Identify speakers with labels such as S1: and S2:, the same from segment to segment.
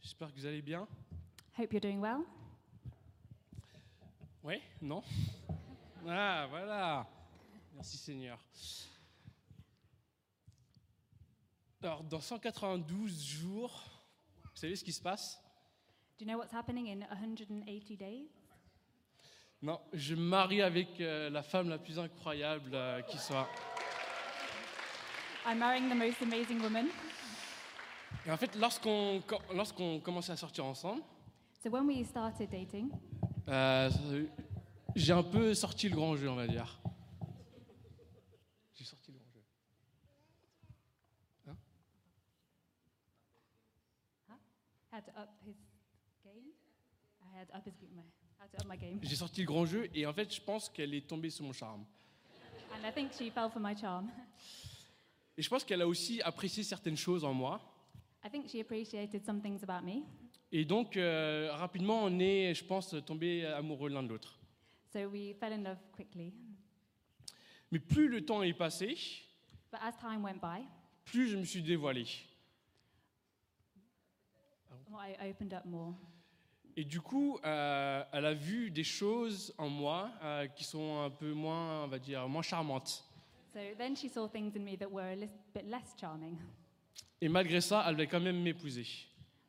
S1: J'espère que vous allez bien.
S2: Hope you're doing well.
S1: Oui Non Ah, voilà. Merci Seigneur. Alors, dans 192 jours, vous savez ce qui se passe
S2: Do you know what's happening in 180 days?
S1: Non, je me marie avec euh, la femme la plus incroyable euh, qui soit.
S2: I'm marrying the most amazing woman.
S1: Et en fait, lorsqu'on quand- lorsqu'on commençait à sortir ensemble,
S2: So when we started dating,
S1: euh, j'ai un peu sorti le grand jeu, on va dire. J'ai sorti le grand jeu.
S2: had to up his game. I had up his game. I had to up my game.
S1: J'ai sorti le grand jeu et en fait, je pense qu'elle est tombée sous mon charme.
S2: And I think she fell for my charm.
S1: Et je pense qu'elle a aussi apprécié certaines choses en moi.
S2: I think she appreciated some things about me.
S1: Et donc, euh, rapidement, on est, je pense, tombés amoureux l'un de l'autre.
S2: So we fell in love quickly.
S1: Mais plus le temps est passé,
S2: But as time went by,
S1: plus je me suis dévoilé.
S2: I opened up more.
S1: Et du coup, euh, elle a vu des choses en moi euh, qui sont un peu moins, on va dire, moins charmantes.
S2: So then she saw things in me that were a lis- bit less charming.
S1: Et malgré ça, elle va quand même m'épouser.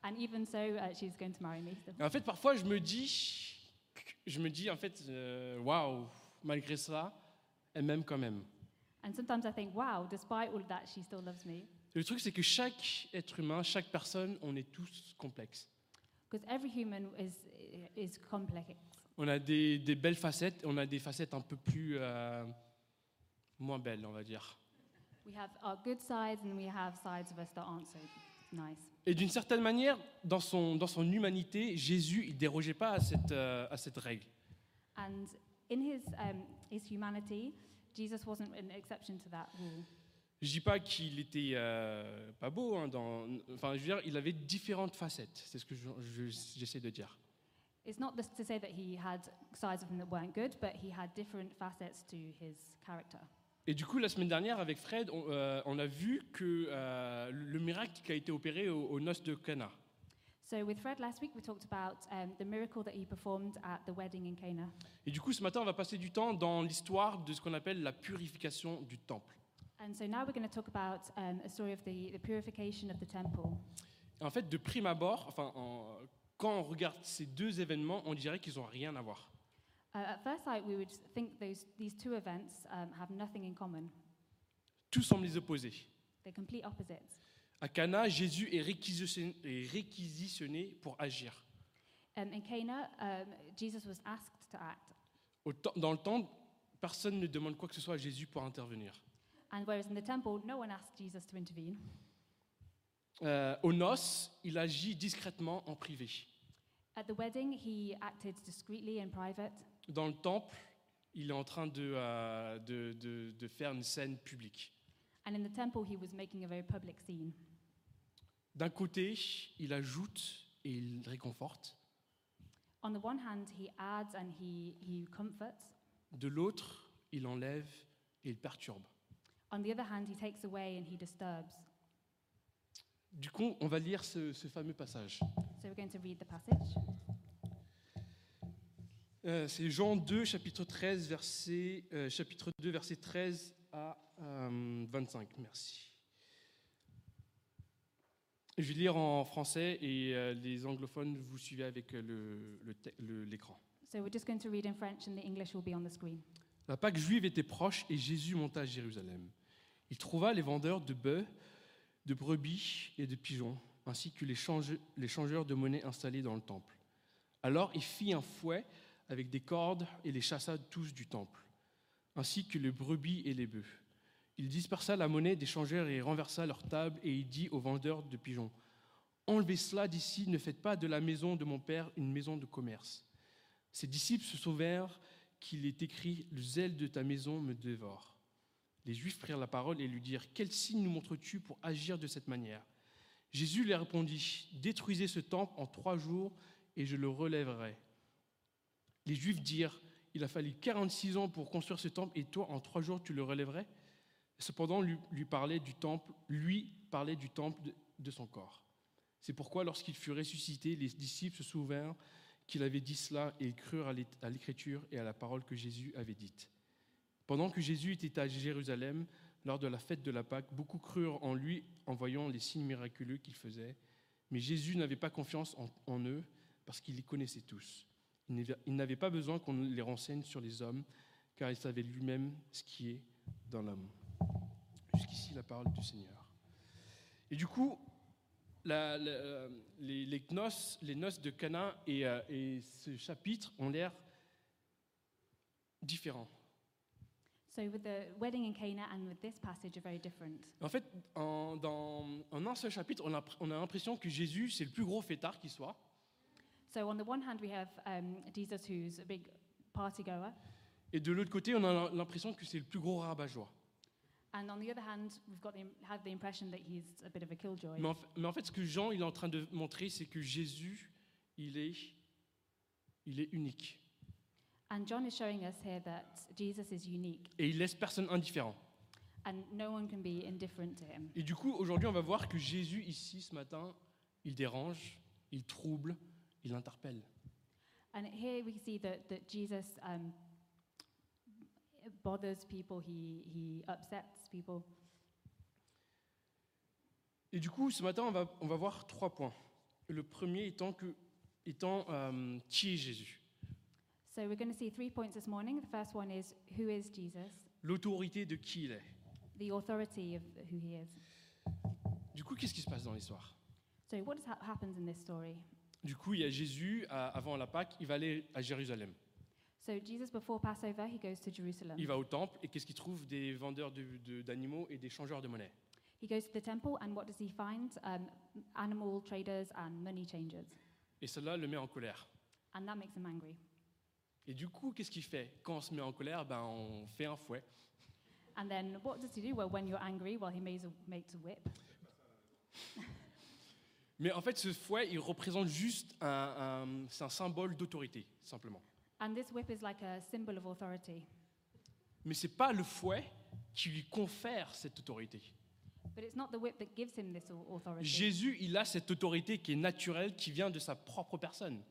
S2: And even so, uh, she's going to marry me. still.
S1: Et En fait, parfois, je me dis, je me dis, en fait, euh, waouh, malgré ça, elle m'aime quand même.
S2: And sometimes I think, wow, despite all of that, she still loves me.
S1: Le truc, c'est que chaque être humain, chaque personne, on est tous complexes.
S2: Because every human is, is complex.
S1: On a des, des belles facettes, on a des facettes un peu plus euh, moins belles, on va dire.
S2: We have our good sides and we have sides of us that aren't so nice.
S1: Et d'une certaine manière, dans son, dans son humanité, Jésus, il dérogeait pas à cette, euh, à cette règle.
S2: And in his, um, his humanity, Jesus wasn't an exception to that rule.
S1: Je dis pas qu'il était euh, pas beau, hein, dans, enfin, je veux dire, il avait différentes facettes. C'est ce que je- je- j'essaie de dire.
S2: It's not this to say that he had sides of him that weren't good, but he had different facets to his character.
S1: Et du coup, la semaine dernière, avec Fred, on, euh, on a vu que euh, le miracle qui a été opéré au- aux noces de Cana.
S2: So with Fred last week, we talked about um, the miracle that he performed at the wedding in Cana.
S1: Et du coup, ce matin, on va passer du temps dans l'histoire de ce qu'on appelle la purification du temple.
S2: And so now we're going to talk about um, a story of the, the purification of the temple.
S1: En fait, de prime abord, enfin, en- quand on regarde ces deux événements, on dirait qu'ils n'ont rien à voir.
S2: Uh, at first sight, we would think those, these two events um, have nothing in common.
S1: Tout semble les opposer.
S2: They're complete opposites.
S1: À Cana, Jésus est réquisitionné, est réquisitionné pour agir.
S2: Um, in Cana, um, Jesus was asked to act,
S1: Au tem- dans le temple, personne ne demande quoi que ce soit à Jésus pour intervenir.
S2: and whereas in the temple, no one asked Jesus to intervene.
S1: Euh, aux noces, il agit discrètement en privé.
S2: At the wedding, he acted discreetly in private.
S1: Dans le temple, il est en train de, euh, de- de- de faire une scène publique.
S2: And in the temple, he was making a very public scene.
S1: D'un côté, il ajoute et il réconforte.
S2: On the one hand, he adds and he, he comforts.
S1: De l'autre, il enlève et il perturbe.
S2: On the other hand, he takes away and he disturbs.
S1: Du coup, on va lire ce, ce fameux passage.
S2: So we're going to read the passage.
S1: Euh, C'est Jean 2, chapitre, 13, verset, euh, chapitre 2, verset 13 à euh, 25. Merci. Je vais lire en français et euh, les anglophones, vous suivez avec euh, le- le te- le- l'écran.
S2: So we're just going to read in French, and the English will be on the screen.
S1: La Pâque juive était proche et Jésus monta à Jérusalem. Il trouva les vendeurs de bœufs, de brebis et de pigeons, ainsi que les, change- les changeurs de monnaie installés dans le temple. Alors il fit un fouet avec des cordes et les chassa tous du temple, ainsi que les brebis et les bœufs. Il dispersa la monnaie des changeurs et renversa leurs tables, et il dit aux vendeurs de pigeons Enlevez cela d'ici, ne faites pas de la maison de mon père une maison de commerce. Ses disciples se sauvèrent qu'il est écrit Le zèle de ta maison me dévore. Les Juifs prirent la parole et lui dirent Quel signe nous montres-tu pour agir de cette manière Jésus leur répondit Détruisez ce temple en trois jours et je le relèverai. Les Juifs dirent Il a fallu 46 ans pour construire ce temple et toi en trois jours tu le relèverais Cependant, lui, lui parlait du temple, lui parlait du temple de, de son corps. C'est pourquoi lorsqu'il fut ressuscité, les disciples se souvinrent qu'il avait dit cela et ils crurent à l'é- à l'écriture et à la parole que Jésus avait dite. Pendant que Jésus était à Jérusalem, lors de la fête de la Pâque, beaucoup crurent en lui en voyant les signes miraculeux qu'il faisait. Mais Jésus n'avait pas confiance en, en eux parce qu'il les connaissait tous. Il n'avait- Il n'avait pas besoin qu'on les renseigne sur les hommes, car il savait lui-même ce qui est dans l'homme. Jusqu'ici la parole du Seigneur. Et du coup, la- la- euh, les, les noces, les noces de Cana et, euh, et ce chapitre ont l'air différents.
S2: So with the wedding in Cana and with this passage are very different.
S1: En fait, en, dans- en un seul chapitre, on a, on a l'impression que Jésus, c'est le plus gros fêtard qui soit.
S2: So on the one hand we have um, Jesus who's a big party goer,
S1: Et de l'autre côté, on a l'impression que c'est le plus gros rabat-joie.
S2: and on the other hand we've got the, have the impression that he's a bit of a killjoy.
S1: Mais en, fa- mais en fait, ce que Jean il est en train de montrer, c'est que Jésus, il est, il est unique.
S2: And John is showing us here that Jesus is unique
S1: Et il laisse personne indifférent.
S2: and no one can be indifferent to him.
S1: Et du coup, aujourd'hui, on va voir que Jésus, ici, ce matin, il dérange, il trouble, il interpelle.
S2: And here we see that, that Jesus um, bothers people, he, he upsets people.
S1: Et du coup, ce matin, on va, on va voir trois points. Le premier étant, que, étant euh, qui est Jésus
S2: So we're going to see three points this morning. The first one is who is Jesus?
S1: L'autorité de qui il est.
S2: The authority of who he is.
S1: Du coup, qu'est-ce qui se passe dans l'histoire
S2: So what ha- happens in this story?
S1: Du coup, il y a Jésus, à- avant la Pâque, il va aller à Jérusalem.
S2: So Jesus before Passover, he goes to Jerusalem.
S1: Il va au temple et qu'est-ce qu'il trouve Des vendeurs de- de- d'animaux et des changeurs de monnaie.
S2: He goes to the temple, and what does he find? Um, animal traders and money changers.
S1: Et cela le met en colère.
S2: And that makes him angry.
S1: Et du coup, qu'est-ce qu'il fait Quand on se met en colère, ben, on fait un fouet.
S2: And then what does he do? Well, when you're angry, well, he makes a, makes a whip.
S1: Mais en fait, ce fouet, il représente juste un, un- c'est un symbole d'autorité, simplement.
S2: And this whip is like a symbol of authority.
S1: Mais ce n'est pas le fouet qui lui confère cette autorité.
S2: But it's not the whip that gives him this au- authority.
S1: Jésus, il a cette autorité qui est naturelle, qui vient de sa propre personne.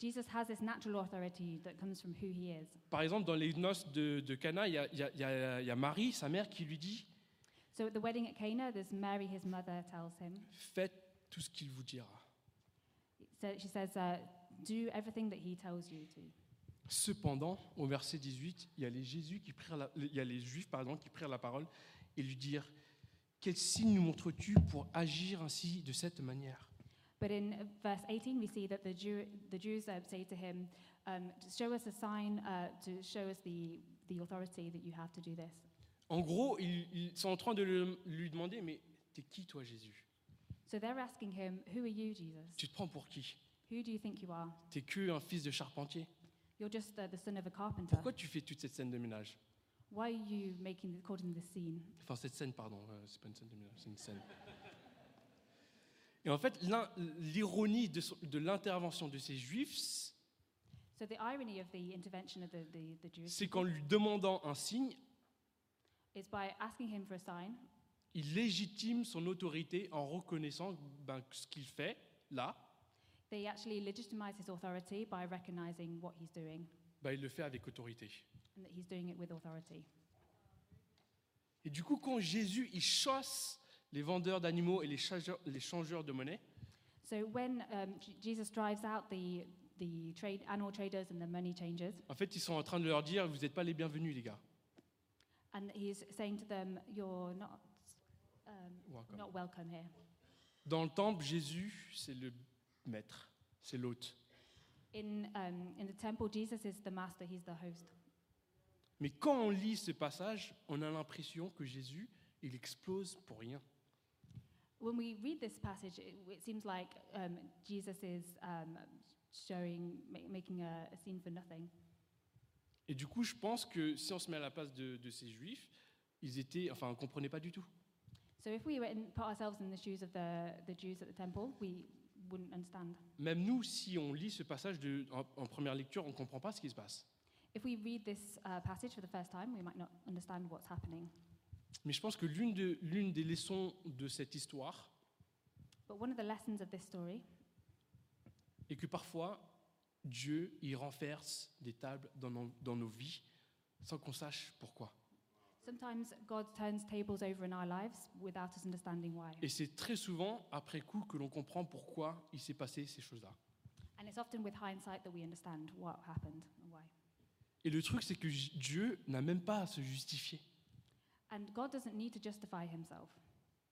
S2: Jesus has this natural authority that comes from who he is.
S1: Par exemple, dans les noces de, de Cana, il y, a- il y a- il y a- il y a Marie, sa mère, qui lui dit
S2: So at the wedding at Cana, there's Mary, his mother, tells him.
S1: Faites tout ce qu'il vous dira.
S2: So she says, uh, "Do everything that he tells you to."
S1: Cependant, au verset 18, il y a les, Jésus qui prirent la- il y a les Juifs pardon, qui prirent la parole et lui dirent Quel signe nous montres-tu pour agir ainsi de cette manière
S2: But in uh, verse 18, we see that the, Jew, the Jews uh, say to him, um, "Show us a sign uh, to show us the the authority that you have to do this."
S1: En gros, ils, ils sont en train de le- lui demander Mais t'es qui toi, Jésus
S2: So they're asking him, "Who are you, Jesus?
S1: Tu te prends pour qui
S2: Who do you think you are?
S1: T'es que un fils de charpentier
S2: You're just uh, the son of a carpenter.
S1: Pourquoi tu fais toute cette scène de ménage
S2: Why are you making causing this scene?"
S1: Enfin, cette scène, pardon, euh, c'est pas une scène de ménage, c'est une scène. Et en fait, l'un- l'ironie de, son- de l'intervention de ces Juifs,
S2: So the irony of the intervention of the the, the Jews
S1: c'est qu'en lui demandant un signe,
S2: is by asking him for a sign,
S1: Il légitime son autorité en reconnaissant ben, que ce qu'il fait là,
S2: they actually legitimize his authority by recognizing what he's doing
S1: ben, il le fait avec autorité.
S2: and that he's doing it with authority.
S1: Et du coup, quand Jésus il chasse les vendeurs d'animaux et les changeurs, les changeurs de monnaie,
S2: So when um, J- Jesus drives out the the trade animal traders and the money changers,
S1: en fait, ils sont en train de leur dire Vous n'êtes pas les bienvenus, les gars.
S2: and he's saying to them, "You're not um,
S1: Welcome.
S2: not welcome here."
S1: Dans le temple, Jésus, c'est le maître, c'est l'hôte.
S2: In um, in the temple, Jesus is the master; he's the host.
S1: Mais quand on lit ce passage, on a l'impression que Jésus, il explose pour rien.
S2: When we read this passage, it, it seems like um, Jesus is um, showing ma- making a, a scene for nothing.
S1: Et du coup, je pense que si on se met à la place de, de ces juifs, ils étaient, enfin, on ne comprenait pas du tout.
S2: So if we were in, put ourselves in the shoes of the, the Jews at the temple, we wouldn't understand.
S1: Même nous, si on lit ce passage de- en, en première lecture, on ne comprend pas ce qui se passe.
S2: If we read this uh, passage for the first time, we might not understand what's happening.
S1: Mais je pense que l'une de- l'une des leçons de cette histoire,
S2: But one of the lessons of this story
S1: et que parfois, Dieu y renverse des tables dans nos, dans nos vies sans qu'on sache pourquoi.
S2: Sometimes God turns tables over in our lives without us understanding why.
S1: Et c'est très souvent, après coup, que l'on comprend pourquoi il s'est passé ces choses-là.
S2: And it's often with hindsight that we understand what happened and why.
S1: Et le truc, c'est que J- Dieu n'a même pas à se justifier.
S2: And God doesn't need to justify himself.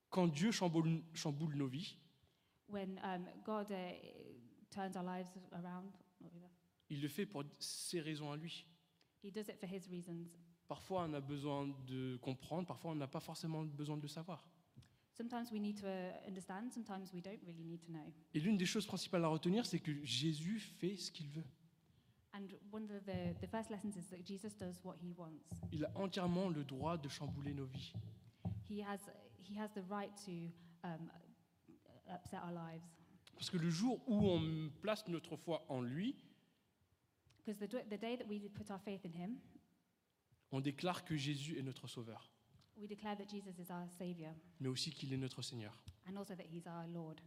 S1: Quand Dieu chamboule, chamboule nos vies,
S2: When um, God uh, turns our lives around, or whatever,
S1: il le fait pour ses raisons à lui.
S2: he does it for his reasons.
S1: Parfois, on a besoin de comprendre, parfois, on n'a pas forcément besoin de le savoir.
S2: Sometimes we need to uh, understand, sometimes we don't really need to know.
S1: Et l'une des choses principales à retenir, c'est que Jésus fait ce qu'il veut.
S2: And one of the, the first lessons is that Jesus does what he wants.
S1: Il a entièrement le droit de chambouler nos vies.
S2: He has, he has the right to um, upset our lives.
S1: Parce que le jour où on place notre foi en lui,
S2: Because the, d- the day that we put our faith in him,
S1: on déclare que Jésus est notre Sauveur,
S2: we declare that Jesus is our Savior
S1: mais aussi qu'il est notre Seigneur.
S2: and also that he's our Lord.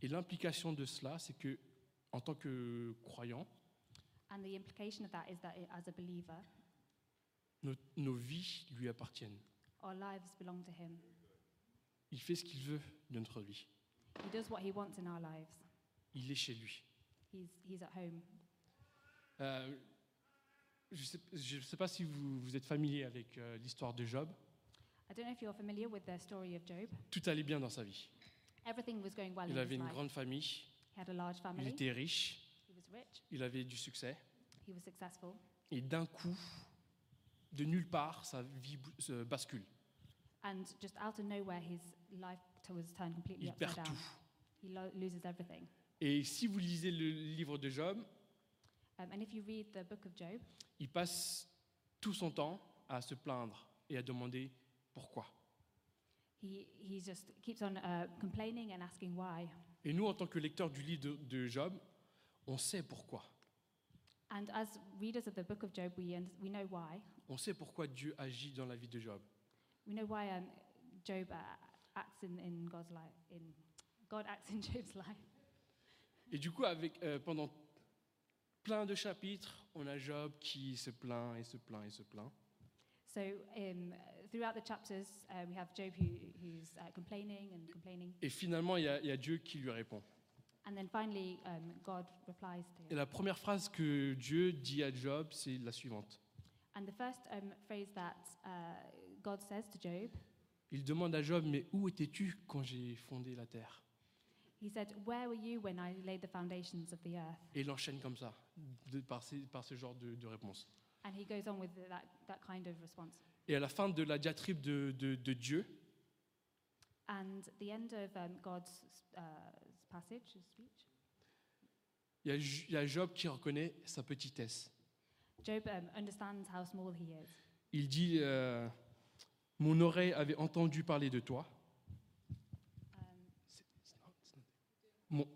S1: Et l'implication de cela, c'est que, en tant que croyant,
S2: And the implication of that is that i- as a believer,
S1: nos, nos vies lui appartiennent.
S2: our lives belong to him.
S1: Il fait ce qu'il veut de notre vie.
S2: He does what he wants in our lives.
S1: Il est chez lui.
S2: He's, he's at home.
S1: Euh, je ne sais, je sais pas si vous, vous êtes familier avec euh, l'histoire de Job.
S2: I don't know if you're familiar with the story of Job.
S1: Tout allait bien dans sa vie.
S2: Everything was going well
S1: Il
S2: in his
S1: avait une
S2: life.
S1: grande famille,
S2: He had a large
S1: il
S2: family.
S1: était riche,
S2: He was rich.
S1: il avait du succès.
S2: He was successful.
S1: Et d'un coup, de nulle part, sa vie bou- se bascule.
S2: And just out of nowhere, his life t- was turned completely
S1: Il
S2: upside
S1: perd
S2: down.
S1: tout.
S2: He lo- loses everything.
S1: Et si vous lisez le livre de Job,
S2: Um, and if you read the book of Job,
S1: il passe tout son temps à se plaindre et à demander pourquoi.
S2: he, he just keeps on uh, complaining and asking why.
S1: Et nous, en tant que lecteurs du livre de, de Job, on sait pourquoi.
S2: And as readers of the book of Job, we, und- we know why.
S1: On sait pourquoi Dieu agit dans la vie de Job.
S2: We know why um, Job uh, acts in, in God's life. In God acts in Job's life.
S1: Et du coup, avec, euh, pendant plein de chapitres, on a Job qui se plaint et se plaint et se plaint.
S2: So um, throughout the chapters, uh, we have Job who, who's uh, complaining and complaining,
S1: Et finalement, il y, a- il y a Dieu qui lui répond.
S2: and then finally um, God replies to
S1: Et
S2: him.
S1: la première phrase que Dieu dit à Job, c'est la suivante.
S2: And the first um, phrase that uh, God says to Job,
S1: Il demande à Job, mais où étais-tu quand j'ai fondé la terre
S2: He said, "Where were you when I laid the foundations of the earth?"
S1: Et il enchaîne comme ça, de- par, ces- par ce genre de, de réponse.
S2: And he goes on with that, that kind of response.
S1: Et à la fin de la diatribe de, de- de Dieu,
S2: And the end of um, God's uh, passage, his speech,
S1: il y, a J- il y a Job qui reconnaît sa petitesse.
S2: Job um, understands how small he is.
S1: Il dit, euh, mon oreille avait entendu parler de toi.
S2: Um,
S1: Mon,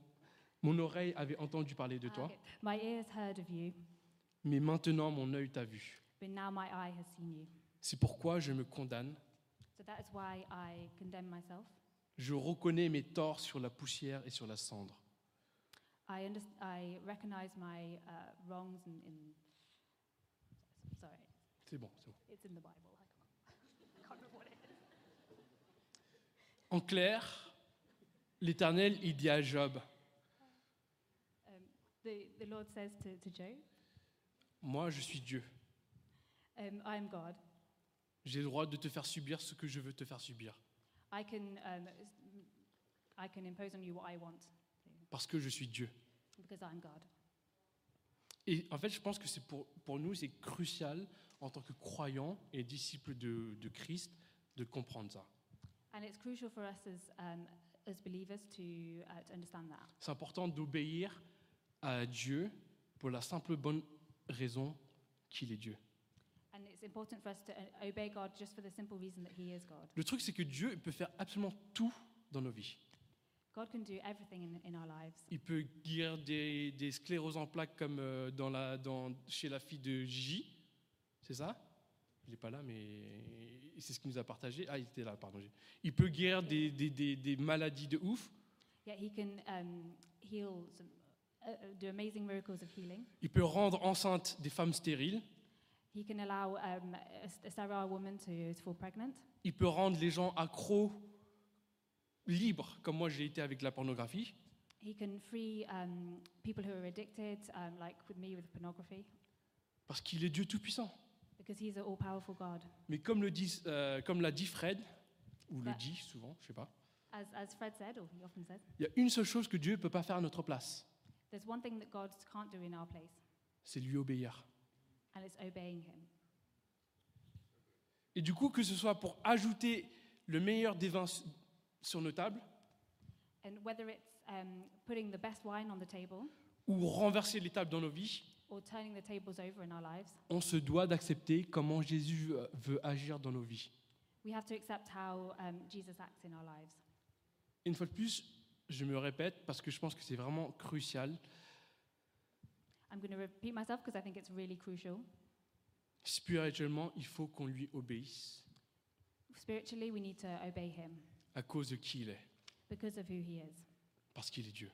S1: mon oreille avait entendu parler de
S2: ah,
S1: toi,
S2: okay. My ears heard of you,
S1: mais maintenant mon œil t'a vu.
S2: but now my eye has seen you.
S1: C'est pourquoi je me condamne.
S2: So that is why I condemn myself.
S1: Je reconnais mes torts sur la poussière et sur la cendre.
S2: I, underst- I recognize my uh, wrongs in, in. Sorry,
S1: C'est bon, c'est bon.
S2: it's in the Bible. I can't, I can't remember what it is.
S1: En clair, l'Éternel, il dit à Job,
S2: Um, the, the Lord says to, to Job,
S1: moi je suis Dieu.
S2: um, I am God.
S1: J'ai le droit de te faire subir ce que je veux te faire subir,
S2: I can, um, s- m- I can impose on you what I want
S1: parce que je suis Dieu.
S2: because I'm God.
S1: Et en fait, je pense que c'est pour, pour nous, c'est crucial en tant que croyants et disciples de, de Christ de comprendre ça.
S2: And it's crucial for us as, um, as believers to, uh, to understand that.
S1: C'est important d'obéir à Dieu pour la simple bonne raison qu'il est Dieu.
S2: And it's important for us to uh, obey God just for the simple reason that He is God.
S1: Le truc, c'est que Dieu il peut faire absolument tout dans nos vies.
S2: God can do everything in, in our lives.
S1: Il peut guérir des, des scléroses en plaques comme euh, dans la, dans, chez la fille de Gigi, c'est ça Il n'est pas là, mais c'est ce qu'il nous a partagé. Ah, il était là, pardon. Il peut guérir des, des- des- des maladies de ouf.
S2: Yeah, he can um, heal, some, uh, uh, do amazing miracles of healing.
S1: Il peut rendre enceinte des femmes stériles.
S2: He can allow um, a, s- a sterile woman to, to fall pregnant.
S1: Il peut rendre les gens accros, libres, comme moi j'ai été avec la pornographie.
S2: He can free um, people who are addicted, um, like with me with pornography,
S1: Parce qu'il est Dieu Tout-Puissant.
S2: because he's an all powerful God.
S1: Mais comme, le dit, euh, comme l'a dit Fred, ou le
S2: Bah.
S1: dit souvent, je sais pas,
S2: As, as Fred said, or he often says,
S1: il y a une seule chose que Dieu ne peut pas faire à notre place,
S2: there's one thing that God can't do in our place,
S1: c'est lui obéir.
S2: and it's obeying him.
S1: Et du coup, que ce soit pour ajouter le meilleur des vins s- sur nos tables,
S2: And whether it's um, putting the best wine on the table
S1: ou renverser les tables dans nos vies,
S2: or turning the tables over in our lives,
S1: on se doit d'accepter comment Jésus euh, veut agir dans nos vies.
S2: we have to accept how um, Jesus acts in our lives.
S1: Et Une fois de plus, je me répète parce que je pense que c'est vraiment crucial.
S2: I'm going to repeat myself because I think it's really crucial.
S1: Spirituellement, il faut qu'on lui obéisse
S2: Spiritually, we need to obey him
S1: à cause de qui il est,
S2: because of who he is,
S1: parce qu'il est Dieu.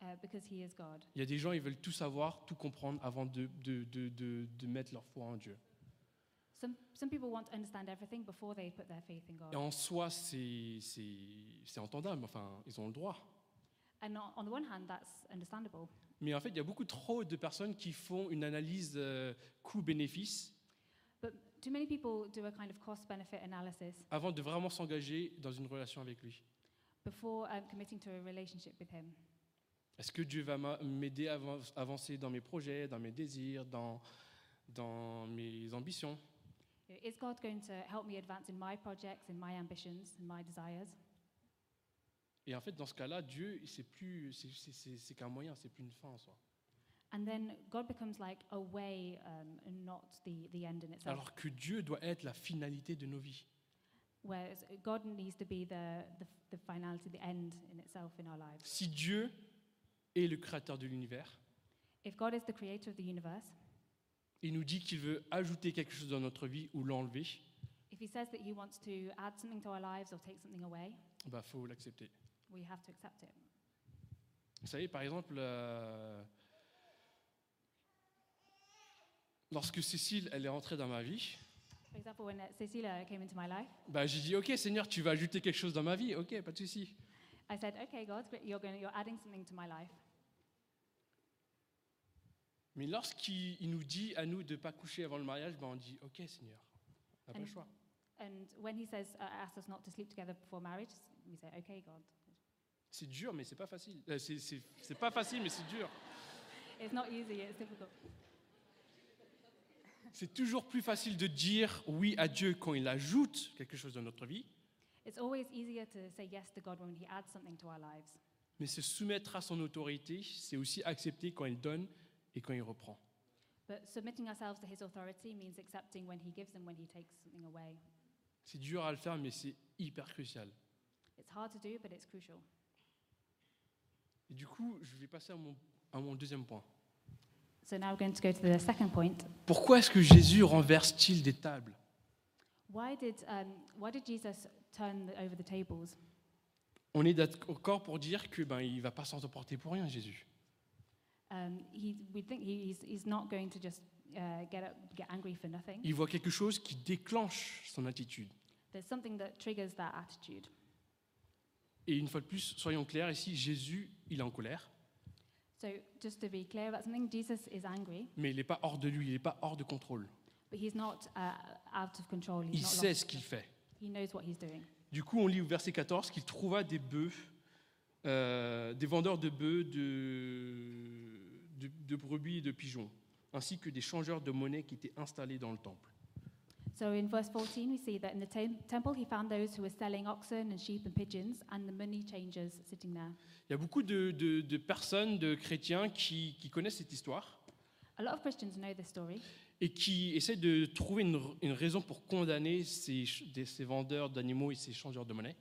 S2: uh, because he is God.
S1: Il y a des gens, ils veulent tout savoir, tout comprendre avant de, de, de- de- de mettre leur foi en Dieu.
S2: Some, some people want to understand everything before they put their faith in God.
S1: Et en soi, c'est c'est- c'est entendable, enfin, ils ont le droit.
S2: And on, on the one hand, that's understandable.
S1: Mais en fait, il y a beaucoup trop de personnes qui font une analyse euh, coût-bénéfice
S2: But too many people do a kind of cost benefit analysis
S1: avant de vraiment s'engager dans une relation avec lui.
S2: before um, committing to a relationship with him.
S1: Est-ce que Dieu va m'a- m'aider à avan- avancer dans mes projets, dans mes désirs, dans, dans mes ambitions
S2: You know, Is God going to help me advance in my projects, in my ambitions, in my desires?
S1: Et en fait, dans ce cas-là, Dieu, c'est plus, c'est- c'est- c'est c'est qu'un moyen, c'est plus une fin en soi.
S2: And then God becomes like a way um, and not the, the end in itself.
S1: Alors que Dieu doit être la finalité de nos vies.
S2: Whereas God needs to be the, the, the finality, the end in itself in our lives.
S1: Si Dieu est le créateur de l'univers,
S2: If God is the creator of the universe,
S1: il nous dit qu'il veut ajouter quelque chose dans notre vie ou l'enlever,
S2: if He says that He wants to add something to our lives or take something away,
S1: bah faut l'accepter.
S2: we have to accept it.
S1: Vous savez, par exemple, euh, lorsque Cécile, elle est rentrée dans ma vie,
S2: For example, when uh, Cecilia came into my life,
S1: bah, j'ai dit, ok Seigneur, tu vas ajouter quelque chose dans ma vie, ok, pas de souci.
S2: I said, "Okay, God, great, you're going, you're adding something to my life."
S1: Mais lorsqu'il il nous dit à nous de ne pas coucher avant le mariage, bah, on dit, ok Seigneur, on n'a pas le
S2: Amen.
S1: choix.
S2: And when He says, uh, "Ask us not to sleep together before marriage," we say, "Okay, God."
S1: C'est dur, mais c'est pas facile. Euh, c'est- c'est c'est pas facile, mais c'est dur.
S2: It's not easy. It's difficult.
S1: C'est toujours plus facile de dire oui à Dieu quand il ajoute quelque chose dans notre vie,
S2: It's always easier to say yes to God when He adds something to our lives.
S1: mais se soumettre à son autorité, c'est aussi accepter quand il donne et quand il reprend.
S2: But submitting ourselves to His authority means accepting when He gives and when He takes something away.
S1: C'est dur à le faire, mais c'est hyper crucial.
S2: It's hard to do, but it's crucial.
S1: Et du coup, je vais passer à mon, à mon deuxième point.
S2: So now we're going to go to the second point.
S1: Pourquoi est-ce que Jésus renverse-t-il des tables
S2: Why did, um, why did Jesus turn the, over the tables?
S1: On est d'accord pour dire que ben il va pas s'en emporter pour rien, Jésus.
S2: Um, he, we think he, he's, he's not going to just uh, get, up, get angry for nothing.
S1: Il voit quelque chose qui déclenche son attitude.
S2: There's something that triggers that attitude.
S1: Et une fois de plus, soyons clairs ici, Jésus, il est en colère,
S2: So just to be clear about something, Jesus is angry,
S1: mais il n'est pas hors de lui, il n'est pas hors de contrôle.
S2: but he's not uh, out of control. He's
S1: Il
S2: not
S1: sait
S2: lost
S1: ce qu'il
S2: control.
S1: fait.
S2: He knows what he's doing.
S1: Du coup, on lit au verset 14 qu'il trouva des bœufs, euh, des vendeurs de bœufs, de, de, de brebis et de pigeons, ainsi que des changeurs de monnaie qui étaient installés dans le temple.
S2: So in verse 14, we see that in the tem- temple he found those who were selling oxen and sheep and pigeons and the money changers sitting there.
S1: Il y a beaucoup de, de- de personnes, de chrétiens qui, qui connaissent cette histoire
S2: A lot of Christians know this story.
S1: et qui essaient de trouver une, une raison pour condamner ces, ch- des- ces vendeurs d'animaux et ces changeurs de monnaie.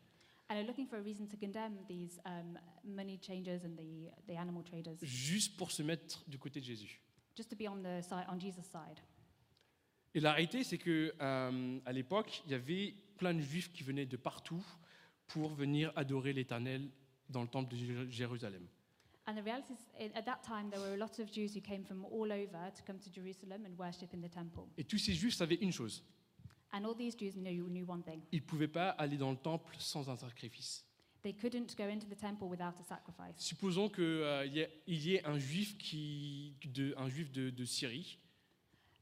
S2: And are looking for a reason to condemn these um, money changers and the, the animal traders,
S1: juste pour se mettre du côté de Jésus.
S2: just to be on the side on Jesus' side.
S1: Et la réalité, c'est que euh, à l'époque, il y avait plein de juifs qui venaient de partout pour venir adorer l'Éternel dans le temple de Jé- Jérusalem.
S2: And the reality is, i- at that time, there were a lot of Jews who came from all over to come to Jerusalem and worship in the temple.
S1: Et tous ces juifs savaient une chose
S2: And all these Jews knew, knew one thing
S1: ils ne pouvaient pas aller dans le temple sans un sacrifice.
S2: they couldn't go into the temple without a sacrifice.
S1: Supposons qu'il y, ait- il y ait un juif, qui, de, un juif de, de Syrie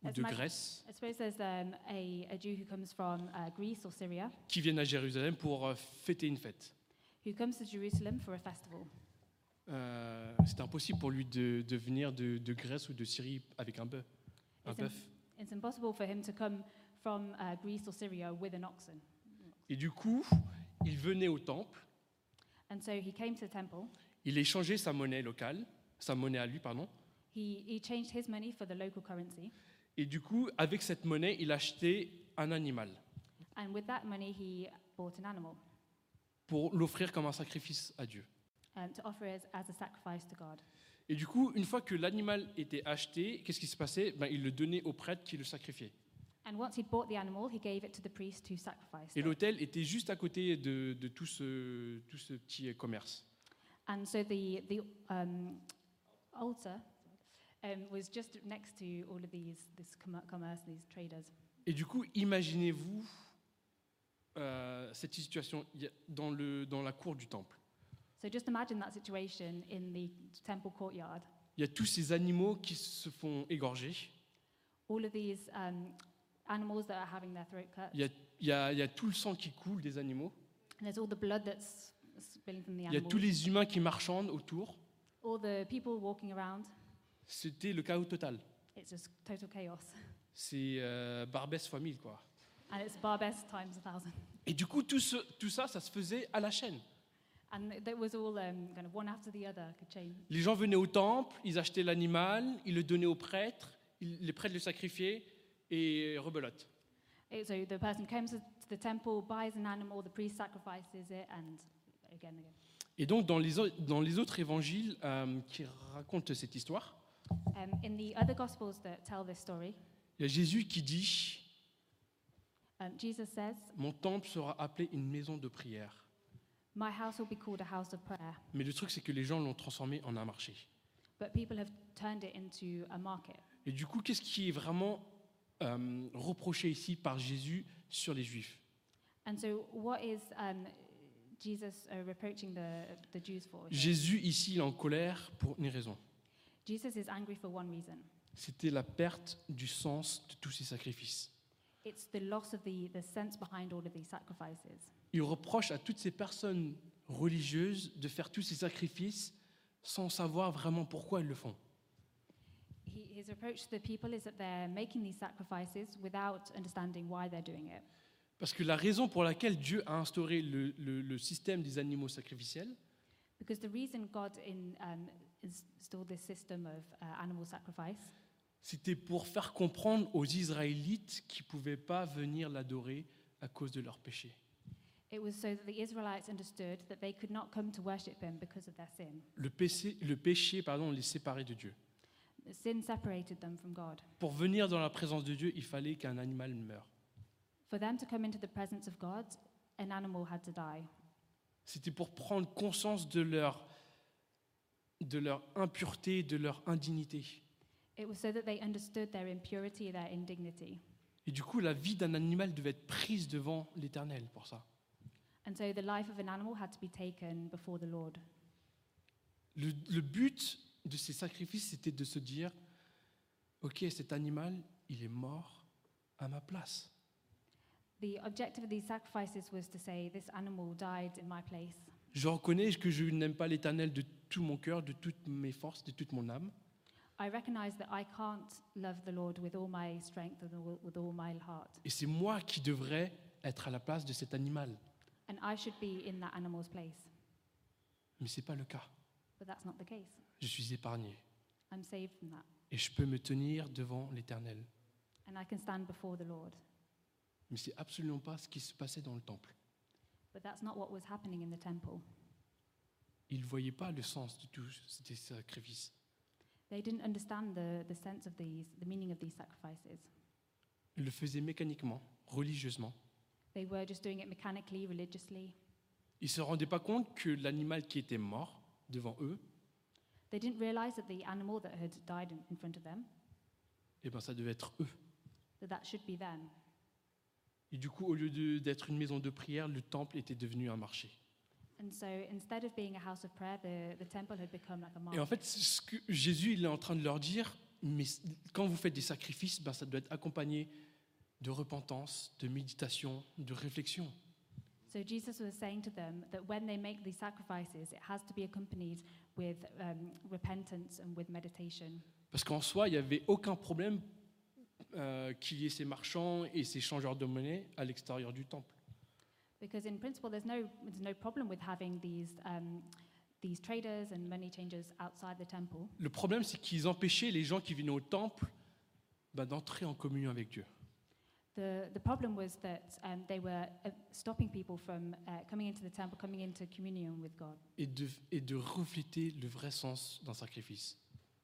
S1: ou
S2: Est-ce
S1: de
S2: ma-
S1: Grèce
S2: I suppose there's um, a, a Jew who comes from uh, Greece or Syria
S1: qui viennent à Jérusalem pour euh, fêter une fête.
S2: who comes to Jerusalem for a festival.
S1: Euh, c'est impossible pour lui de, de venir de, de Grèce ou de Syrie avec un bœuf. Un
S2: Est-ce un-
S1: bœuf.
S2: It's impossible for him to come from uh, Greece or Syria with an oxen.
S1: Et du coup, il venait au temple,
S2: And so he came to the temple.
S1: il échangeait sa monnaie locale, sa monnaie à lui, pardon,
S2: He, he changed his money for the local currency.
S1: et du coup, avec cette monnaie, il achetait un animal
S2: And with that money, he bought an animal
S1: pour l'offrir comme un sacrifice à Dieu.
S2: um, to offer as, as a sacrifice to God.
S1: Et du coup, une fois que l'animal était acheté, qu'est-ce qui se passait ben, Il le donnait au prêtre qui le sacrifiait.
S2: And once he'd bought the animal, he gave it to the priest who sacrificed
S1: Et
S2: it.
S1: l'autel était juste à côté de, de tout, ce, tout ce petit commerce.
S2: And so the, the um, altar um, was just next to all of these, this commer- commerce, these traders.
S1: Et du coup, imaginez-vous euh, cette situation il y a- dans, le, dans la cour du temple.
S2: So just imagine that situation in the temple courtyard.
S1: Il y a tous ces animaux qui se font égorger.
S2: All of these um, animals that are having their throat cut.
S1: Il y a, il y a- il y a tout le sang qui coule des animaux.
S2: And there's all the blood that's spilling from
S1: Il
S2: the
S1: y a
S2: animals.
S1: tous les humains qui marchandent autour.
S2: all the people walking around.
S1: C'était le chaos total.
S2: It's just total chaos.
S1: C'est euh, Barbès fois mille, quoi.
S2: And it's Barbès times a thousand.
S1: Et du coup, tout, ce- tout ça, ça se faisait à la chaîne.
S2: And th- that was all um, kind of one after the other, like a chain.
S1: Les gens venaient au temple, ils achetaient l'animal, ils le donnaient aux prêtres, ils- les prêtres le sacrifiaient et rebelote.
S2: Eh, So the person comes to the temple, buys an animal, the priest sacrifices it, and again, and again.
S1: Et donc, dans les, au- dans les autres évangiles euh, qui racontent cette histoire,
S2: Um, in the other Gospels that tell this story,
S1: il y a Jésus qui dit
S2: um, Jesus says,
S1: Mon temple sera appelé une maison de prière.
S2: My house will be called a house of prayer,
S1: Mais le truc, c'est que les gens l'ont transformé en un marché.
S2: but people have turned it into a market.
S1: Et du coup, qu'est-ce qui est vraiment euh, reproché ici par Jésus sur les Juifs
S2: And so, what is um, Jesus uh, reproaching the, the Jews for? here?
S1: Jésus, ici, il est en colère pour une raison.
S2: Jesus is angry for one reason
S1: C'était la perte du sens de tous ces sacrifices.
S2: it's the loss of the, the sense behind all of these sacrifices.
S1: Il reproche à toutes ces personnes religieuses de faire tous ces sacrifices sans savoir vraiment pourquoi elles le font.
S2: He, his approach to the people is that they're making these sacrifices without understanding why they're doing it.
S1: Parce que la raison pour laquelle Dieu a instauré le, le- le système des animaux sacrificiels,
S2: Because the reason God in, um, installed this system of uh, animal sacrifice
S1: c'était pour faire comprendre aux Israélites qu'ils ne pouvaient pas venir l'adorer à cause de leurs péchés.
S2: It was so that the Israelites understood that they could not come to worship him because of their sin.
S1: Le péché, le péché pardon, les séparait de Dieu.
S2: Sin separated them from God.
S1: Pour venir dans la présence de Dieu, il fallait qu'un animal meure.
S2: For them to come into the presence of God, an animal had to die.
S1: C'était pour prendre conscience de leur, de leur impureté, de leur indignité.
S2: It was so that they understood their impurity, their indignity.
S1: Et du coup, la vie d'un animal devait être prise devant l'Éternel pour ça.
S2: And so the life of an animal had to be taken before the Lord.
S1: Le, le but de ces sacrifices, c'était de se dire, OK, cet animal, il est mort à ma place.
S2: The objective of these sacrifices was to say, This animal died in my place.
S1: Je reconnais que je n'aime pas l'Éternel de tout mon cœur, de toutes mes forces, de toute mon âme.
S2: I recognize that I can't love the Lord with all my strength and all- with all my heart.
S1: Et c'est moi qui devrais être à la place de cet animal.
S2: And I should be in that animal's place.
S1: Mais ce n'est pas le cas.
S2: But that's not the case.
S1: Je suis épargné.
S2: I'm saved from that.
S1: et je peux me tenir devant l'Éternel.
S2: And I can stand before the Lord.
S1: Mais c'est absolument pas ce qui se passait dans le temple.
S2: But that's not what was happening in the temple.
S1: Ils ne voyaient pas le sens de tous ces sacrifices.
S2: They didn't understand the, the sense of these, the meaning of these sacrifices.
S1: Ils le faisaient mécaniquement, religieusement.
S2: They were just doing it mechanically, religiously.
S1: Ils ne se rendaient pas compte que l'animal qui était mort devant eux,
S2: They didn't realize that the animal that had died in, in front of them,
S1: eh ben, ça devait être eux.
S2: that that should be them.
S1: Et du coup, au lieu de- d'être une maison de prière, le temple était devenu un marché.
S2: And so instead of being a house of prayer, the, the temple had become like a
S1: Et en
S2: market.
S1: fait, c'est ce que Jésus il est en train de leur dire, mais quand vous faites des sacrifices, ben, ça doit être accompagné de repentance, de méditation, de réflexion.
S2: So Jesus was saying to them that when they make these sacrifices, it has to be accompanied with um, repentance and with meditation.
S1: Parce qu'en soi, il n'y avait aucun problème euh, qu'il y ait ces marchands et ces changeurs de monnaie à l'extérieur du temple.
S2: Because in principle, there's no, there's no problem with having these, um, these traders and money changers outside the temple.
S1: Le problème, c'est qu'ils empêchaient les gens qui venaient au temple ben, d'entrer en communion avec Dieu.
S2: The, the problem was that um, they were uh, stopping people from uh, coming into the temple, coming into communion with God,
S1: et de, et de refléter le vrai sens d'un sacrifice.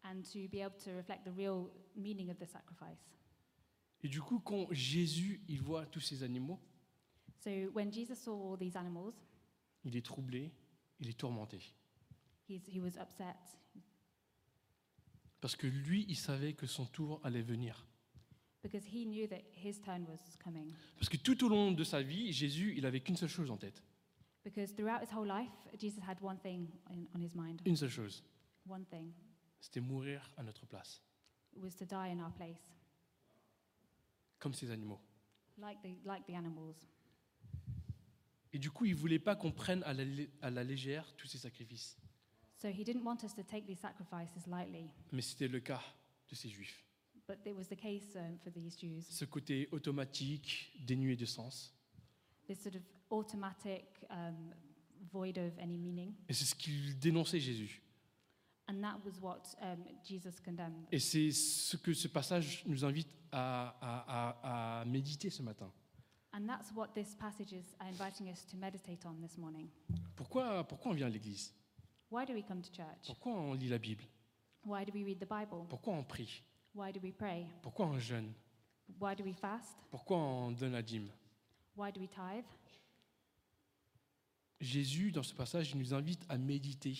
S2: and to be able to reflect the real meaning of the sacrifice.
S1: Et du coup, quand Jésus il voit tous ces animaux,
S2: So when Jesus saw all these animals,
S1: il est troublé, il est tourmenté.
S2: he's, he was upset
S1: Parce que lui, il savait que son tour allait venir.
S2: because he knew that his turn was coming.
S1: Parce que tout au long de sa vie, Jésus, il avait qu'une seule chose en tête.
S2: Because throughout his whole life, Jesus had one thing in, on his mind.
S1: Une seule chose.
S2: One thing
S1: C'était mourir à notre place,
S2: was to die in our place,
S1: comme ces animaux.
S2: like the, like the animals.
S1: Et du coup, il voulait pas qu'on prenne à la, lé- à la légère tous ces sacrifices.
S2: So he didn't want us to take these sacrifices lightly,
S1: Mais c'était le cas de ces juifs.
S2: but it was the case um, for these Jews.
S1: Ce côté automatique, dénué de sens.
S2: this sort of automatic um, void of any meaning.
S1: Et c'est ce qu'il dénonçait Jésus.
S2: And that was what um, Jesus condemned.
S1: Et c'est ce que ce passage nous invite à, à- à- à méditer ce matin.
S2: And that's what this passage is uh, inviting us to meditate on this morning.
S1: Pourquoi, pourquoi on vient à l'église
S2: Why do we come to church?
S1: Pourquoi on lit la Bible
S2: Why do we read the Bible?
S1: Pourquoi on prie
S2: Why do we pray?
S1: Pourquoi on jeûne
S2: Why do we fast?
S1: Pourquoi on donne la dîme
S2: Why do we tithe?
S1: Jésus, dans ce passage, il nous invite à méditer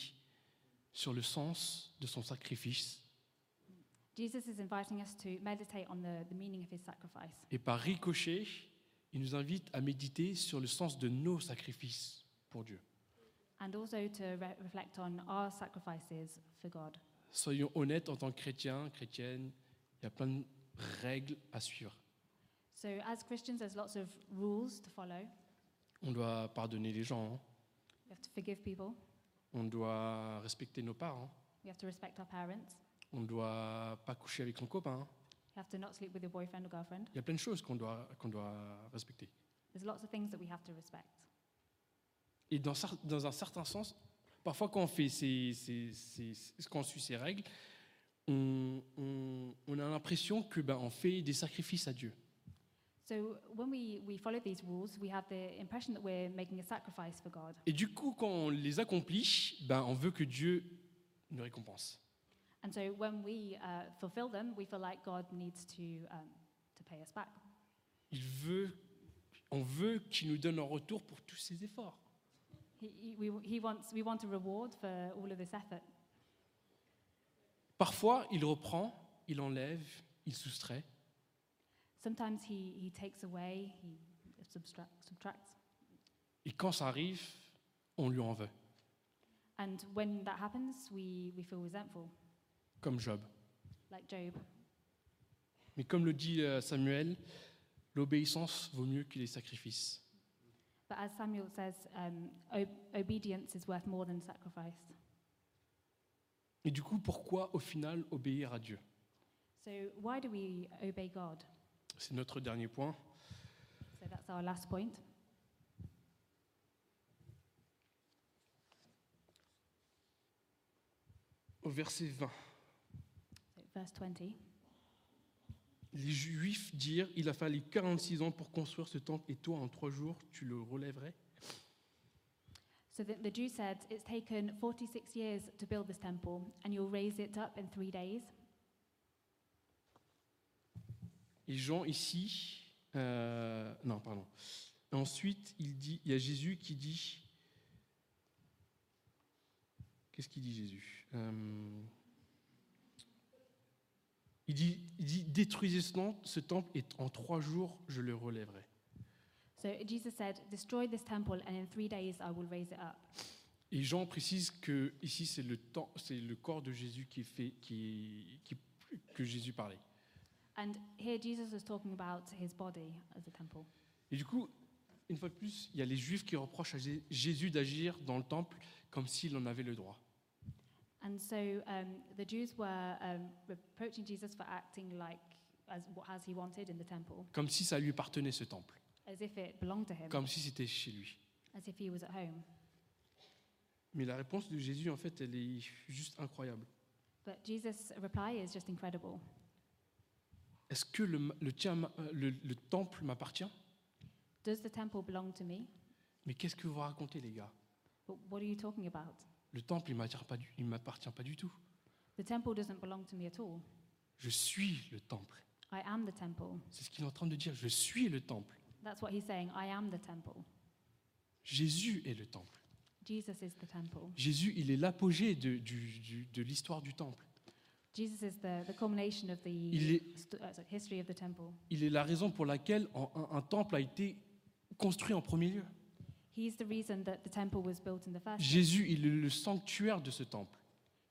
S1: sur le sens de son sacrifice
S2: Jesus is inviting us to meditate on the, the meaning of his sacrifice.
S1: et par ricochet, il nous invite à méditer sur le sens de nos sacrifices pour Dieu.
S2: And also to re- reflect on our sacrifices for God.
S1: Soyons honnêtes en tant que chrétiens, chrétiennes, il y a plein de règles à suivre.
S2: So, as Christians, there's lots of rules to follow.
S1: On doit pardonner les gens, hein.
S2: We have to forgive people,
S1: On doit respecter nos parents. hein.
S2: we have to respect our parents,
S1: On ne doit pas coucher avec son copain. hein.
S2: You have to not sleep with your boyfriend or girlfriend.
S1: Il y a plein de choses qu'on doit, qu'on doit respecter.
S2: There's lots of things that we have to respect.
S1: Et dans, cer- dans un certain sens, parfois quand on fait ces, ces, ces- ces- quand on suit ces règles, on, on- on a l'impression que ben, on fait des sacrifices à Dieu.
S2: So when we, we follow these rules, we have the impression that we're making a sacrifice for God.
S1: Et du coup, quand on les accomplit, ben, on veut que Dieu nous récompense.
S2: And so when we uh, fulfill them, we feel like God needs to, um, to pay us back.
S1: Il veut, on veut qu'il nous donne en retour pour tous ses efforts.
S2: He, he, we, he wants, we want a reward for all of this effort.
S1: Parfois, il reprend, il enlève, il soustrait.
S2: Sometimes he, he takes away, he subtract, subtracts.
S1: Et quand ça arrive, on lui en veut,
S2: And when that happens, we, we feel resentful,
S1: comme Job.
S2: like Job.
S1: Mais comme le dit euh, Samuel, l'obéissance vaut mieux que les sacrifices.
S2: But as Samuel says, um, ob- obedience is worth more than sacrifice.
S1: Et du coup, pourquoi au final obéir à Dieu
S2: So, why do we obey God?
S1: C'est notre dernier point.
S2: So, that's our last point.
S1: Au verset 20,
S2: So, verse 20.
S1: les Juifs dirent, il a fallu 46 ans pour construire ce temple, et toi, en trois jours, tu le relèverais
S2: So, the, the Jews said, It's taken 46 years to build this temple, and you'll raise it up in three days.
S1: Et Jean ici, euh, non, pardon. Ensuite, il dit, il y a Jésus qui dit, qu'est-ce qu'il dit Jésus Euh, il, dit, il dit, détruisez ce temple- ce temple et en trois jours je le relèverai.
S2: So Jesus said, Destroy this temple, and in three days I will raise it up.
S1: Et Jean précise que ici c'est le temps, c'est le corps de Jésus qui est fait, qui, qui- que Jésus parlait.
S2: And here Jesus was talking about his body as a temple.
S1: Et du coup, une fois de plus, il y a les Juifs qui reprochent à Jé- Jésus d'agir dans le temple comme s'il en avait le droit.
S2: And so um, the Jews were um, reproaching Jesus for acting like as, as he wanted in the temple,
S1: comme si ça lui appartenait ce temple,
S2: as if it belonged to him,
S1: comme si c'était chez lui.
S2: as if he was at home.
S1: Mais la réponse de Jésus, en fait, elle est juste incroyable.
S2: But Jesus' reply is just incredible.
S1: Est-ce que le, le tien m'a- euh, le- le temple m'appartient
S2: Does the temple belong to me?
S1: Mais qu'est-ce que vous racontez, les gars
S2: But what are you talking about?
S1: Le temple, il m'attire pas du- il m'appartient pas du tout.
S2: The temple doesn't belong to me at all.
S1: Je suis le temple.
S2: I am the temple.
S1: C'est ce qu'il est en train de dire. Je suis le temple.
S2: That's what he's saying. I am the temple.
S1: Jésus est le temple.
S2: Jesus is the temple.
S1: Jésus, il est l'apogée de, du- du- de l'histoire du temple.
S2: Jesus is the, the culmination of
S1: Il
S2: the
S1: est,
S2: st- uh, sorry, history of the temple.
S1: il est la raison pour laquelle en- un- un temple a été construit en premier lieu.
S2: He's the reason that the temple was built in the first place.
S1: Jésus, il est le sanctuaire de ce temple.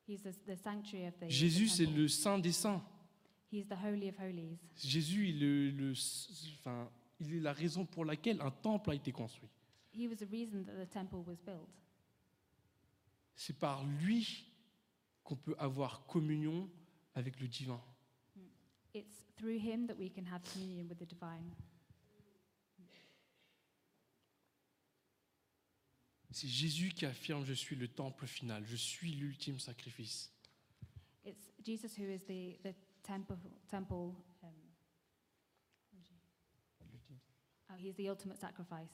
S2: He's the, the sanctuary of the, the
S1: Jésus, c'est
S2: temple.
S1: le saint des saints.
S2: He's the holy of holies.
S1: Jésus, il, est le- enfin, il est la raison pour laquelle un temple a été construit.
S2: He was the reason that the temple was built.
S1: C'est par lui qu'on peut avoir communion avec le divin.
S2: It's through him that we can have communion with the divine.
S1: C'est Jésus qui affirme Je suis le temple final, je suis l'ultime sacrifice.
S2: It's Jesus who is the, the temple. temple um, oh, he's the ultimate sacrifice.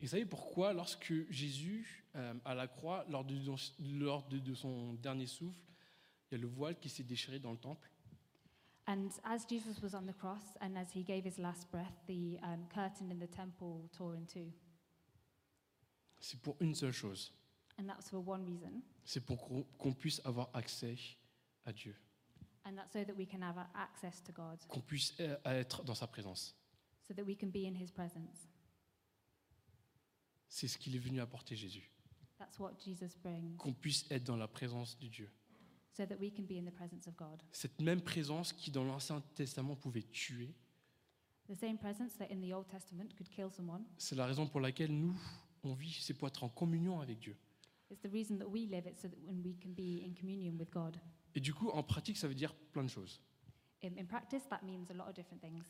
S1: Et vous savez pourquoi, lorsque Jésus, euh, à la croix, lors, de, lors de- de son dernier souffle, il y a le voile qui s'est déchiré dans le temple
S2: And as Jesus was on the cross and as he gave his last breath, the um, curtain in the temple tore in two.
S1: C'est pour une seule chose
S2: And that's for one reason.
S1: c'est pour qu'on qu'on puisse avoir accès à Dieu,
S2: And that's so that we can have a- access to God,
S1: qu'on puisse euh, être dans sa présence.
S2: so that we can be in his presence.
S1: C'est ce qu'il est venu apporter Jésus.
S2: That's what Jesus brings,
S1: Qu'on puisse être dans la présence de Dieu.
S2: so that we can be in the presence of God.
S1: Cette même présence qui, dans l'Ancien Testament, pouvait tuer.
S2: The same presence that in the Old Testament could kill someone
S1: C'est la raison pour laquelle nous, on vit, c'est pour être en communion avec Dieu.
S2: It's the reason that we live it so that when we can be in communion with God.
S1: Et du coup, en pratique, ça veut dire plein de choses.
S2: In, in practice, that means a lot of different things.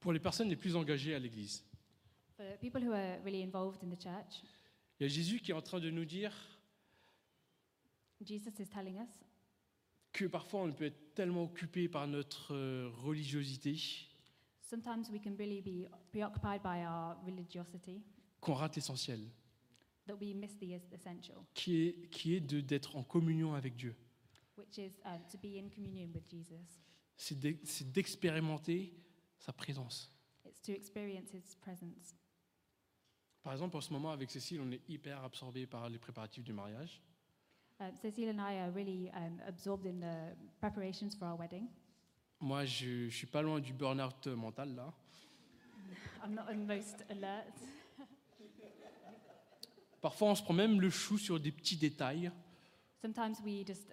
S1: Pour les personnes les plus engagées à l'Église,
S2: For people who are really involved in the church,
S1: il y a Jésus qui est en train de nous dire
S2: Jesus is telling us
S1: que parfois on peut être tellement occupé par notre euh, religiosité
S2: sometimes we can really be preoccupied by our religiosity
S1: qu'on rate l'essentiel,
S2: that we miss the es- essential,
S1: qui est, qui est de- d'être en communion avec Dieu.
S2: which is um, to be in communion with Jesus.
S1: C'est d'e- c'est d'expérimenter sa présence.
S2: It's to experience his presence.
S1: Par exemple, en ce moment, avec Cécile, on est hyper absorbé par les préparatifs du mariage.
S2: Um, Cecile and I are really um, absorbed in the preparations for our wedding.
S1: Moi, je, je suis pas loin du burn-out mental, là.
S2: I'm not on most alert.
S1: Parfois, on se prend même le chou sur des petits détails.
S2: Sometimes we just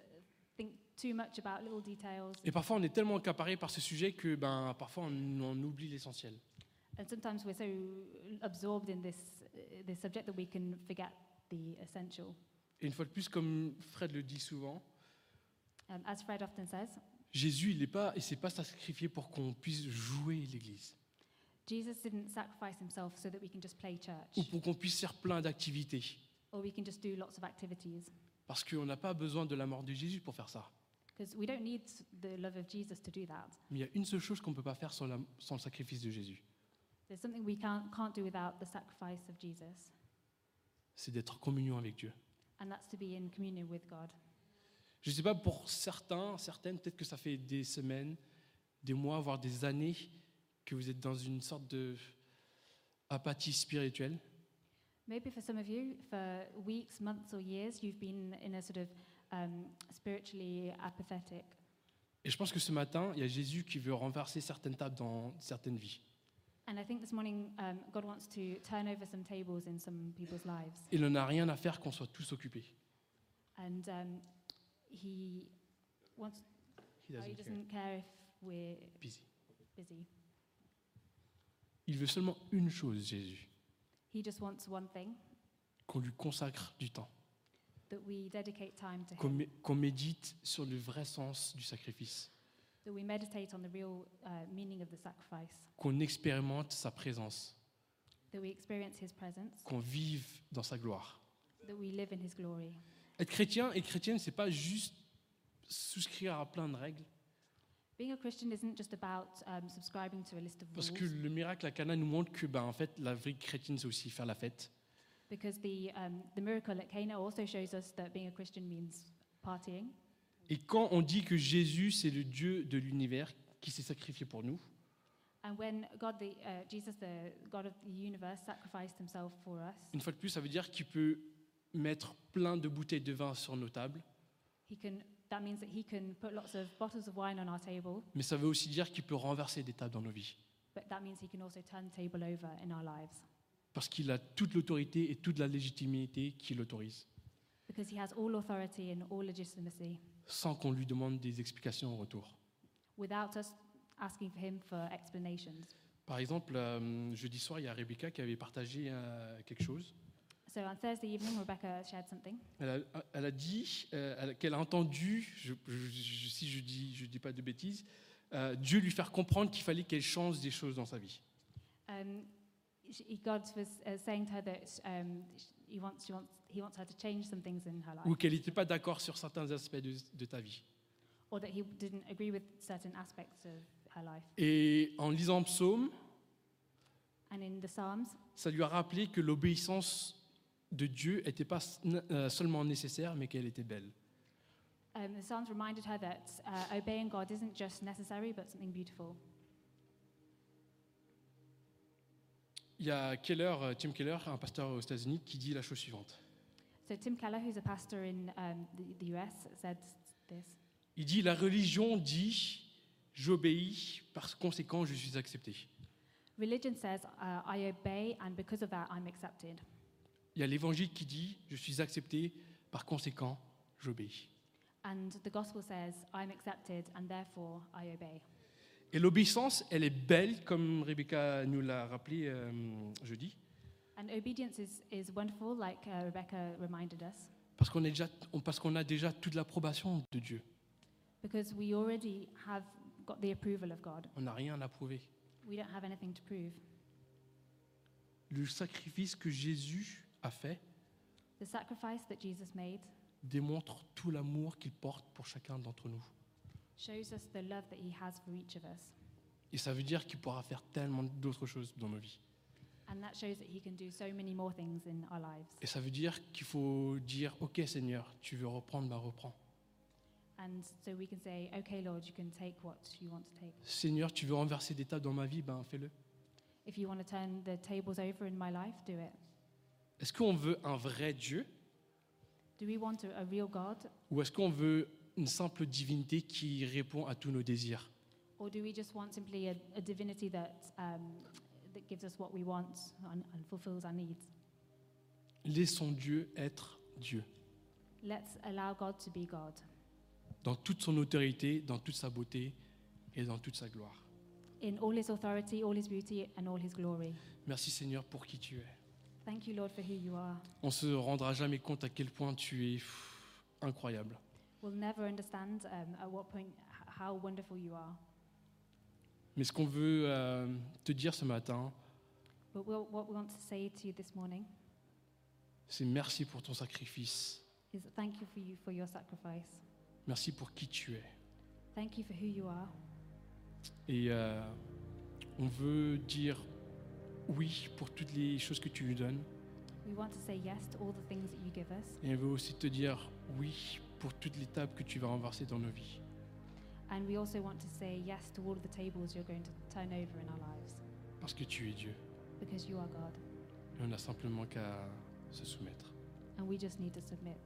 S2: think too much about little details.
S1: Et parfois, on est tellement accaparé par ce sujet que ben, parfois, on, on oublie l'essentiel.
S2: And sometimes we're so absorbed in this, uh, this subject that we can forget the essential.
S1: Et une fois de plus, comme Fred le dit souvent,
S2: Um, as Fred often says,
S1: Jésus, il n'est pas, il s'est pas sacrifié pour qu'on puisse jouer l'Église
S2: Jesus didn't sacrifice himself so that we can just play
S1: ou
S2: church
S1: pour qu'on puisse faire plein d'activités.
S2: or we can just do lots of activities
S1: Parce qu'on n'a pas besoin de la mort de Jésus pour faire ça.
S2: because we don't need the love of Jesus to do that.
S1: Mais il y a une seule chose qu'on ne peut pas faire sans, la- sans le sacrifice de Jésus,
S2: There's something we can't, can't do without the sacrifice of Jesus,
S1: c'est d'être en communion avec Dieu.
S2: and that's to be in communion with God.
S1: Je ne sais pas pour certains, certaines, peut-être que ça fait des semaines, des mois, voire des années, que vous êtes dans une sorte de apathie spirituelle.
S2: Maybe for some of you, for weeks, months, or years, you've been in a sort of um, spiritually apathetic.
S1: Et je pense que ce matin, il y a Jésus qui veut renverser certaines tables dans certaines vies.
S2: And I think this morning, um, God wants to turn over some tables in some people's lives.
S1: Il n'en a rien à faire qu'on soit tous occupés.
S2: And um, He wants,
S1: He
S2: or
S1: doesn't
S2: Oh, He
S1: care.
S2: doesn't care if we're
S1: Busy.
S2: busy.
S1: Il veut seulement une chose, Jésus,
S2: He just wants one thing
S1: qu'on lui consacre du temps,
S2: that we dedicate time to
S1: qu'on
S2: Him,
S1: mé- qu'on médite sur le vrai sens du sacrifice,
S2: that we meditate on the real uh, meaning of the sacrifice,
S1: qu'on expérimente sa présence,
S2: that we experience His presence,
S1: qu'on vive dans sa gloire.
S2: that we live in His glory.
S1: Être chrétien et chrétienne, c'est pas juste souscrire à plein de règles,
S2: Being a Christian isn't just about um, subscribing to a list of
S1: parce
S2: rules,
S1: que le miracle à Cana nous montre que, ben, en fait, la vraie chrétienne, c'est aussi faire la fête,
S2: because the um, the miracle at Cana also shows us that being a Christian means partying.
S1: Et quand on dit que Jésus, c'est le Dieu de l'univers qui s'est sacrifié pour nous,
S2: And when God, the, uh, Jesus, the God of the universe, sacrificed Himself for us,
S1: une fois de plus, ça veut dire qu'il peut mettre plein de bouteilles de vin sur nos tables,
S2: He can. That means that He can put lots of bottles of wine on our table,
S1: mais ça veut aussi dire qu'il peut renverser des tables dans nos vies,
S2: but that means He can also turn the table over in our lives
S1: parce qu'il a toute l'autorité et toute la légitimité qui l'autorise,
S2: because He has all authority and all legitimacy
S1: sans qu'on lui demande des explications en retour.
S2: without us asking for Him for explanations.
S1: Par exemple, euh, jeudi soir, il y a Rebecca qui avait partagé euh, quelque chose.
S2: So on Thursday evening, Rebecca shared something.
S1: Elle a, elle a dit euh, elle- qu'elle a entendu, je- je- je- si je dis, je dis pas de bêtises, euh, Dieu lui faire comprendre qu'il fallait qu'elle change des choses dans sa vie.
S2: Um, she, God was uh, saying to her that um, he wants, she wants, he wants her to change some things in her life,
S1: ou qu'elle n'était pas d'accord sur certains aspects de, de ta vie.
S2: or that he didn't agree with certain aspects of her life.
S1: Et en lisant Psaume,
S2: And in the Psalms,
S1: ça lui a rappelé que l'obéissance de Dieu n'était pas s- n- euh, seulement nécessaire, mais qu'elle était belle.
S2: um, the Psalms reminded her that uh, obeying God isn't just necessary, but something beautiful.
S1: Il y a Keller, euh, Tim Keller, un pasteur aux États-Unis, qui dit la chose suivante.
S2: So Tim Keller, who's a pastor in um, the, the US, said this.
S1: Il dit La religion dit j'obéis, par conséquent je suis accepté.
S2: Religion says, uh, I obey, and because of that, I'm accepted.
S1: Il y a l'évangile qui dit je suis accepté, par conséquent j'obéis.
S2: And the gospel says, I'm accepted, and therefore I obey.
S1: Et l'obéissance, elle est belle, comme Rebecca nous l'a rappelé euh, jeudi.
S2: And obedience is, is wonderful, like uh, Rebecca reminded us,
S1: Parce qu'on est déjà- on- parce qu'on a déjà toute l'approbation de Dieu.
S2: because we already have got the approval of God.
S1: On n'a rien à prouver.
S2: We don't have anything to prove.
S1: Le sacrifice que Jésus a fait
S2: The sacrifice that Jesus made
S1: démontre tout l'amour qu'il porte pour chacun d'entre nous.
S2: shows us the love that He has for each of us,
S1: Et ça veut dire qu'il pourra faire tellement d'autres choses dans nos vies.
S2: and that shows that He can do so many more things in our lives.
S1: Et ça veut dire qu'il faut dire Ok Seigneur, tu veux reprendre, bah reprends.
S2: And so we can say, okay, Lord, you can take what you want to take.
S1: Seigneur, tu veux renverser des tables dans ma vie, ben fais-le.
S2: If you want to turn the tables over in my life, do it.
S1: Est-ce qu'on veut un vrai Dieu
S2: Do we want a, a real God,
S1: ou est-ce qu'on veut une simple divinité qui répond à tous nos désirs
S2: or do we just want simply a, a divinity that, um, that gives us what we want and, and fulfills our needs?
S1: Laissons Dieu être Dieu.
S2: Let's allow God to be God
S1: dans toute son autorité, dans toute sa beauté et dans toute sa gloire.
S2: in all his authority, all his beauty, and all his glory.
S1: Merci Seigneur pour qui tu es.
S2: Thank you, Lord, for who you are.
S1: On se rendra jamais compte à quel point tu es pff, incroyable.
S2: We'll never understand um, at what point h- how wonderful you are.
S1: Mais ce qu'on veut euh, te dire ce matin,
S2: But we'll, what we want to say to you this morning
S1: c'est merci pour ton sacrifice.
S2: is thank you for you for your sacrifice.
S1: Merci pour qui tu es.
S2: Thank you for who you are.
S1: Et euh, on veut dire oui pour toutes les choses que tu nous donnes.
S2: We want to say yes to all the things that you give us,
S1: Et on veut aussi te dire oui pour toutes les tables que tu vas renverser dans nos vies.
S2: And we also want to say yes to all of the tables you're going to turn over in our lives
S1: parce que tu es Dieu.
S2: because you are God.
S1: Et on n'a simplement qu'à se soumettre.
S2: And we just need to submit.